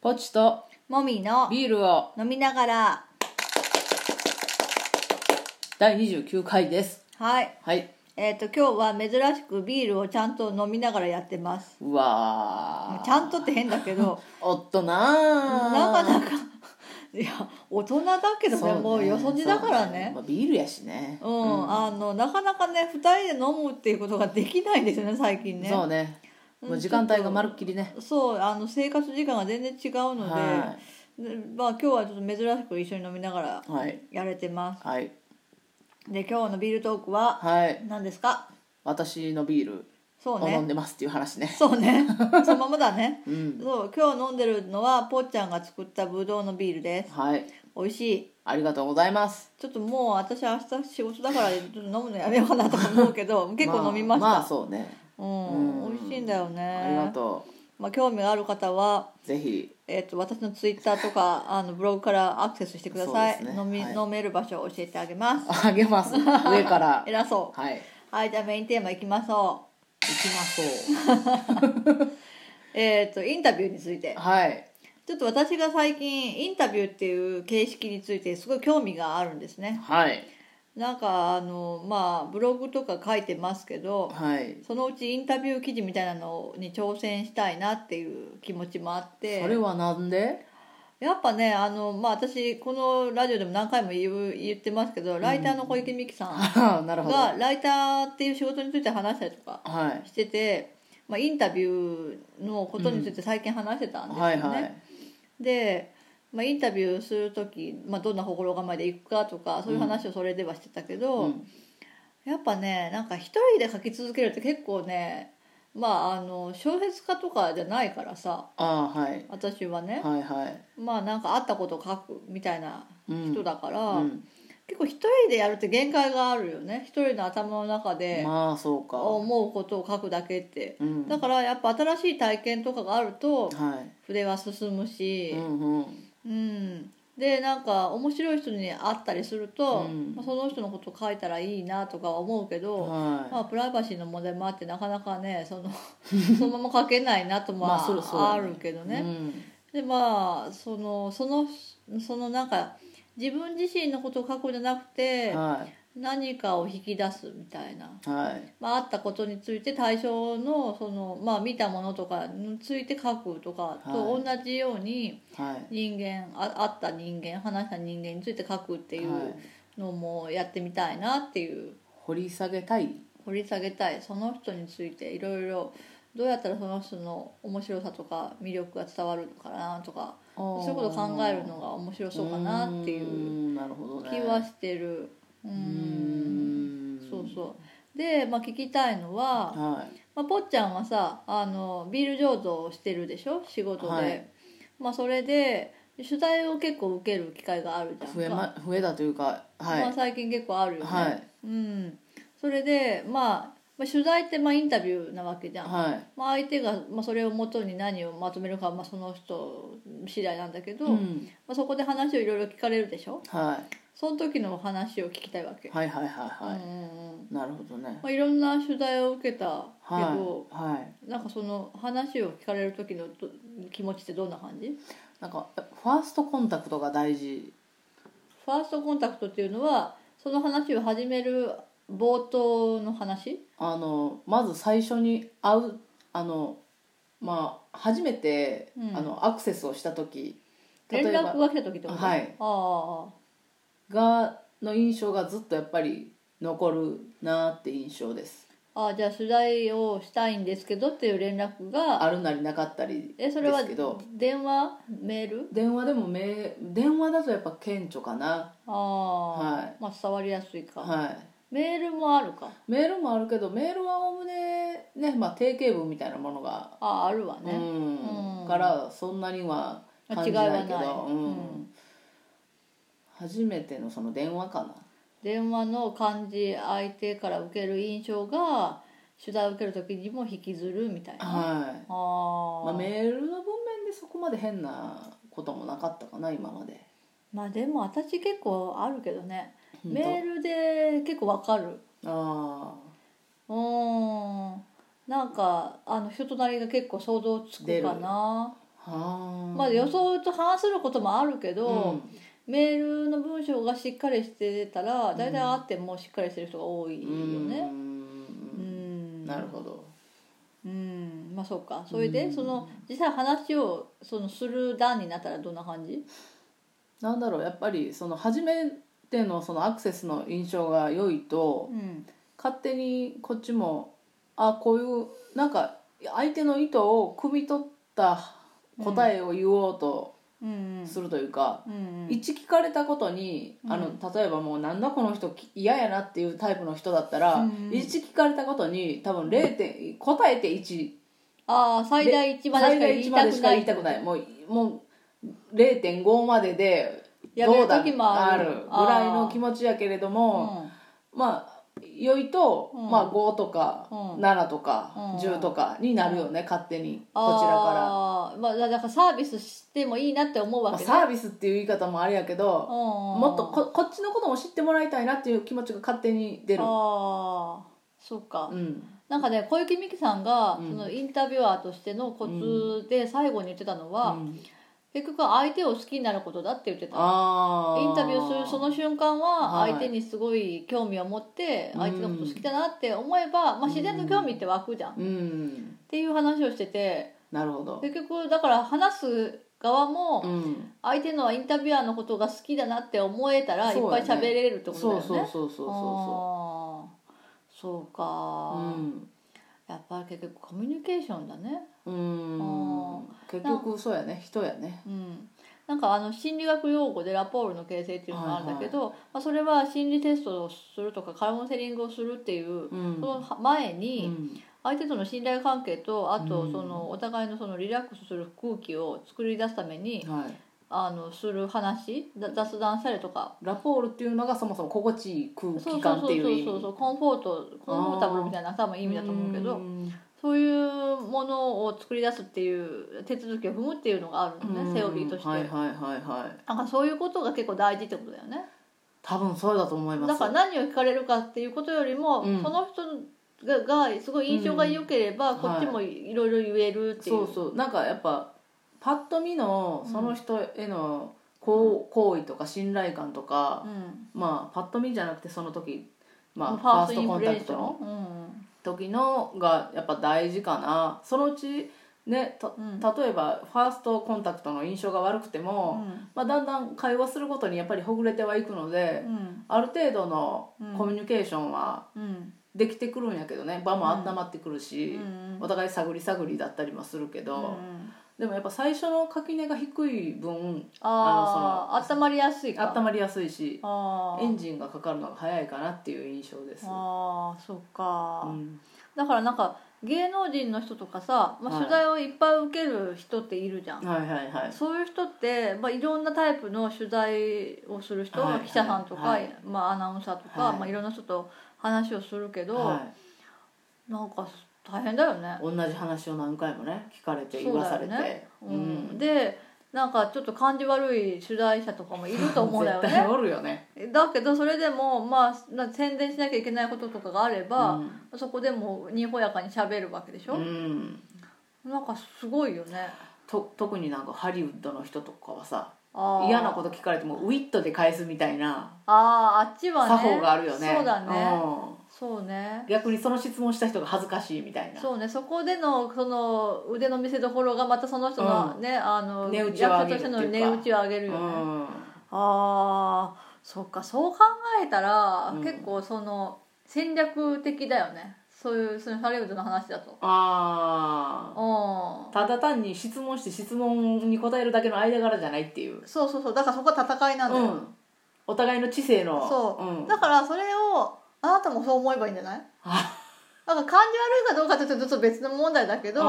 ポチともみのビールを飲みながら第29回ですはいはいえっ、と今日は珍しくビールをちゃんと飲みながらやってますうわーちゃんとって変だけ どおっとなーなかなかいや大人だけどそねもうよそじだからそねうまあ、ビールやしねうん、あのなかなかね2人で飲むっていうことができないですよね最近ねそうねもう時間帯がまるっきりねそうあの生活時間が全然違うので、はでまあ、今日はちょっと珍しく一緒に飲みながらいはいやれてまはいすで今日のビールトークははい何ですか私のビールそうを飲んねでますっていう話ねそうね そのままだねうんそう今日飲んでるのはぽっちゃんが作ったぶどうのビールですはい美味しいありがとうございますちょっともう私明日仕事だからちょっと飲むのやめようかなとか思うけ ど結構飲みました、あまあそうねうんうん美味しいんだよねありがとまあ、興味がある方は、うぜひえっと私のツイッターとかあのブログからアクセスしてくださそい、うですね飲みはい飲める場所を教えてあげますあげ ます上から偉そうはいはいじゃあメインテーマいきましょ行きましょうえっ、とインタビューについてうはいちょっと私が最近インタビューっていう形式についてすごい興味があるんですねはいなんかあのまあブログとか書いてますけどはいそのうちインタビュー記事みたいなのに挑戦したいなっていう気持ちもあってそれはなんでやっぱねあの、まあ、私このラジオでも何回も言う言ってますけどライターの小池美樹さんああ なるほどがライターっていう仕事について話したりとかはいしてて、まあ、インタビューのことについて最近話してたんですよはね。いはいで、まあ、インタビューする時、まあ、どんな心構えで行くかとかそういう話をそれではしてたけど、うんやっぱねなんか一人で書き続けるって結構ねまああの小説家とかじゃないからさああはい私はね、はいはいまあなんかあったことを書くみたいなうん人だから、うん結構一人でやるって限界があるよね一人の頭の中でまあそうか思うことを書くだけって、うんだからやっぱ新しい体験とかがあるとは筆は進むいし、うんうんうん、でなんか面白い人に会ったりすると、うんまあその人のこと書いたらいいなとか思うけど、まはあ、プライバシーの問題もあってなかなかねそ のそのまま書けないなともまあそりゃそうだねあるけどいね。うんでまあそのそのそのなんか自分自身のことを書くんじゃなくては何かを引き出すみたいな。いはいまあ、あったことについて対象のその、まあ、見たものとかについて書くとかと同じように、はい人間あ会った人間話した人間について書くっていはいうのもやってみたいなっていう掘り下げたい掘り下げたいその人についていろいろどうやったらその人の面白さとか魅力が伝わるのかなとかそそういうことを考えるのが面白そうかなっていううなるほどね気はしてるううんそうそうで、まあ、聞きたいのは、はまあ、ぽっちゃんはさあのビール醸造をしてるでしょ仕事で、はいまあ、それで取材を結構受ける機会があるじゃんいか増えま増えたというかはいまあ、最近結構あるよね、はいうん、それで、まあ、まあ取材ってまあインタビューなわけじゃん、はいまあ、相手がまあそれをもとに何をまとめるかはまあその人次第なんだけど、うまんあ、そこで話をいろいろ聞かれるでしょはその時の話を聞きたいわいけ、はいはいはいはうんうんうんいなるほどねまあ、いろんな取材を受けたけど、はいはいなんかその話を聞かれる時のど気持ちってどんな感じなんかファーストコンタクトが大事ファーストコンタクトっていうのはその話を始める冒頭の話あのまず最初に会うあのまあ初めて、うんあのアクセスをした時連例えば絡が来た時ってことかはいあがの印象がずっとやっぱり残るなって印象ですあああじゃあ取材をしたいんですけどっていう連絡があるなりなかったりでえそれはすけど電話メール電話でもめ電話だとやっぱ顕著かなああ、はいまあ伝わりやすいか、はいメールもあるかメールもあるけどメールはおおむねね、まあ、定型文みたいなものがあああるわね、うんうんからそんなには感じないけ違いはないど、うんうん初めてのその電話かな電話の感じ相手から受ける印象が取材を受ける時にも引きずるみたいな、あはい、あ、まあ、メールの文面でそこまで変なこともなかったかな今までまあでも私結構あるけどねうんメールで結構わかるあうーんなんかあの人となりが結構想像つくかなあはまあ、予想と反することもあるけあ、ど、メールの文章がしっかりしてたら大体あってもしっかりしてる人が多いようんね。うんうんなるほどうんまあそうかそれでその実際話をそのする段になったらどんな感じなんだろうやっぱりその初めてのそのアクセスの印象が良いとうん勝手にこっちもあこういうなんか相手の意図を汲み取った答えを言おうとうんうんするというか、うん一聞かれたことに、あの例えばもうなんだこの人き嫌やなっていうタイプの人だったら、うん一聞かれたことに多分0点答えて1ああ最大1までしか言い最大1たくなまいでしか言いたくないもうもう0.5まででやめるどうだ時もあるぐらいの気持ちやけれどもまあ良いと、うんまあ、5とか、うん7とか、うん10とかになるよね、勝手にここちちららか、かららまあだからサービスしてもいいなって思うまわあ、けサービスっていう言い方もあれやけど、ももっとここっちのことも知ってもらいたいなっていう気持ちが勝手に出る、ああそうか、うん、なんかね小池美樹さんが、うんそのインタビュアーとしてのコツで最後に言ってたのは、うん結局相手を好きになることだって言ってたあーインタビューするその瞬間ははい相手にすごい興味を持ってうん相手のこと好きだなって思えば、まあ、自然と興味って湧くじゃん、っうんていう話をしててなるほど、結局だから話す側もうん、相手のインタビュアーのことが好きだなって思えたらいっそうだぱいね喋れるってことだよそうねそうそうそうそうそあーそうか、ううんやっぱり結局コミュニケーションだねうん結局そうやね人やねうんなんかあの心理学用語でラポールの形成っていうのがあるんだけど、まあ、それは心理テストをするとかカウンセリングをするっていう、うんその前うにん相手との信頼関係とあうとんそのお互いのそのリラックスする空気を作り出すためにはいあのする話だ雑談したりとかラポールっていうのがそもそも心地いい空そう気そう感っそてういう意味そうそうコンフォートコンフォータブルみたいな多分意味だと思うけどんそういうものを作り出すっていう手続きを踏むっていうのがあるのねセオリーとして、はいはいはいはいなんかそういうことが結構大事ってことだよね多分そうだと思いますだから何を聞かれるかっていうことよりも、うんその人ががすごい印象が良ければ、んこっちもいろいろ言えるっていう、そうそうなんかやっぱパッと見のその人への好好意とか信頼感とか、うんまあパッと見じゃなくてその時まあフファァーースストトインコプンレタックシトョのン、うん時のがやっぱ大事かなそのうちねたうん例えばファーストコンタクトの印象が悪くても、うんまあ、だんだん会話することにやっぱりほぐれてはいくので、うんある程度のうんコミュニケーションはうんできてくるんやけどね場も温まってくるし、うんお互い探り探りだったりもするけど、うんでもやっぱ最初の垣根が低い分あああ温まりやすいか温まりやすいしあーエンジンがかかるのが早いかなっていう印象です。あーそうか、うんだからなんか芸能人の人とかさ、まはあ、い取材をいっぱい受ける人っているじゃん、はいはいはいそういう人って、まあ、いろんなタイプの取材をする人、はい記者さんとか、はいまあ、アナウンサーとか、はいまあ、いろんな人と話をするけど、はいなんか大変だよね。同じ話を何回もね聞かれてそ言うわださよれてねううんん、でなんかちょっと感じ悪い取材者とかもいると思うんだよ絶対ね。おるよね、だけどそれでも、まあ、な宣伝しなきゃいけないこととかがあれば、うんそこでもにほやかに喋るわけでしうょ、ん、なんかすごいよね。と特になんかハリウッドの人とかはさあー嫌なこと聞かれてもウィットで返すみたいなあーあっちはね作法があるよねそうだね、うそうねん逆にその質問した人が恥ずかしいみたいなそうねそこでのその腕の見せ所がまたその人のね、あの値打ちを上げる役者としてのっていうか値打ちを上げるよね、あん、あーそっかそう考えたら、うん結構その戦略的だよねそういうそのハリウッドの話だとあうーんただ単に質問して質問に答えるだけの間柄じゃないっていう、そうそうそうだからそこは戦いなんだうよ、ん、お互いの知性のそう、うんだからそれをあなたもそう思えばいいんじゃないなんか感じ悪いかどうかってちょっと別の問題だけど、う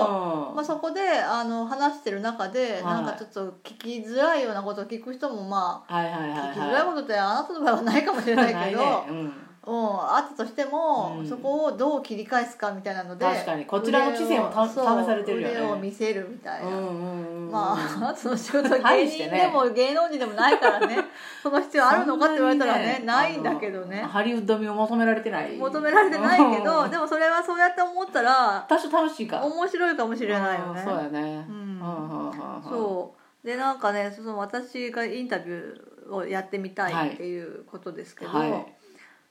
んまあ、そこであの話してる中で、いなんかちょっと聞きづらいようなことを聞く人もまはいはいはいあは聞いきづらいことってあなたの場合はないかもしれないけ どないねうん、あったとしても、うんそこをどう切り返すかみたいなので確かにこちらの知性もた腕を試されてるよねそう腕を見せるみたいうんな。うんうんうんまあ、あなたの仕事は芸大し人てねでも芸能人でもないか らねその必要あるのかって言われたらそんなねにないんだけどあねのハリウッド味を求められてない求められてないけうどんでもそれはそうやって思ったら多少楽しいか面白いかもしれないよね。うんそうやねうんはあはあはあはそうでなんかねその私がインタビューをやってみたはいいっていうことですけど、はい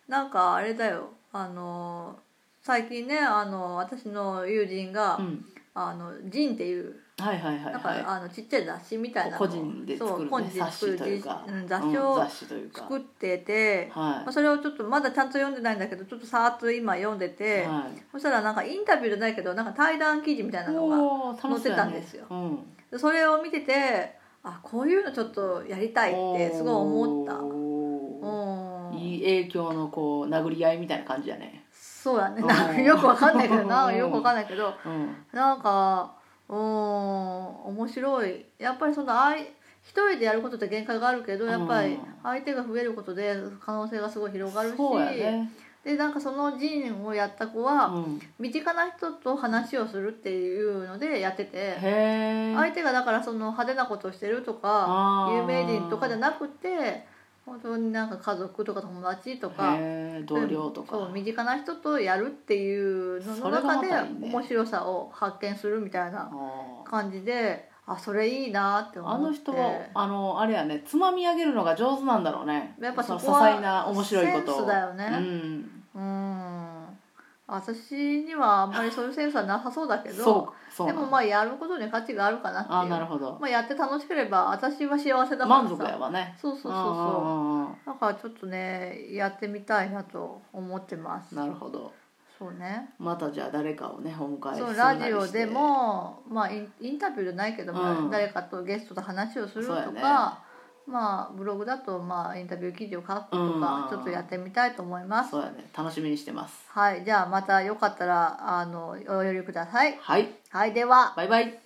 なんかあれだよあの最近ねあの私の友人あが「うんあのジン」っていうはいはいはいなんか、はあのちっちゃい雑誌みたいいなの個を人でそ作うる個ね人で冊作子るというかうん雑誌を雑誌というか作ってて、まはあ、それをちょっとまだちゃんと読んでないんだけどちょっとさーっと今読んでいて、はいそしたらなんかインタビューじゃないけどなんか対談記事みたいなのがおー楽しそうやね載ってたんですようんでそれを見ててあこういうのちょっとやりたいってすごい思っおたうーんいい影響のこう殴り合いみたいな感じやねそうだねうんなんかよくわかんないけどなうんよくわかんないけどうんなんかうん面白いやっぱりそのあい一人でやることって限界があるけどやっぱうりん相手が増えることで可能性がすごい広がるし、そうやねでなんかその人をやった子うはん身近な人と話をするっていうのでやっててへえ相手がだからその派手なことをしてるとかあー有名人とかじゃなくて本当になんか家族とか友達とかへえ同僚とかそう身近な人とやるっていうのそのれがま中たでいいね面白さを発見するみたいなあー感じであそれいいなって思ってあの人はあのあれやねつまみ上げるのが上手なんだろうねやっぱその些こは細な面白いことをセンスだよねうんうん私にはあんまりそういうセンスはなさそうだけどそうそうでなものまあやることに価値があるかなっていうあなるほどまあ、やって楽しければ私は幸せだからさ満足やわねそうそうそうそうそだからちょっとねやってみたいなと思ってますなるほどそうねまたじゃあ誰かをねお迎えそうするなラりジオしてでもまあインインタビューじゃないけど、まあうん誰かとゲストと話をするとそうやか、ねまあブログだとまあインタビュー記事を書くとか、うんちょっとやってみたいと思いますそうやね楽しみにしてますはいじゃあまたよかったらあのお寄りくださいはいはいではバイバイ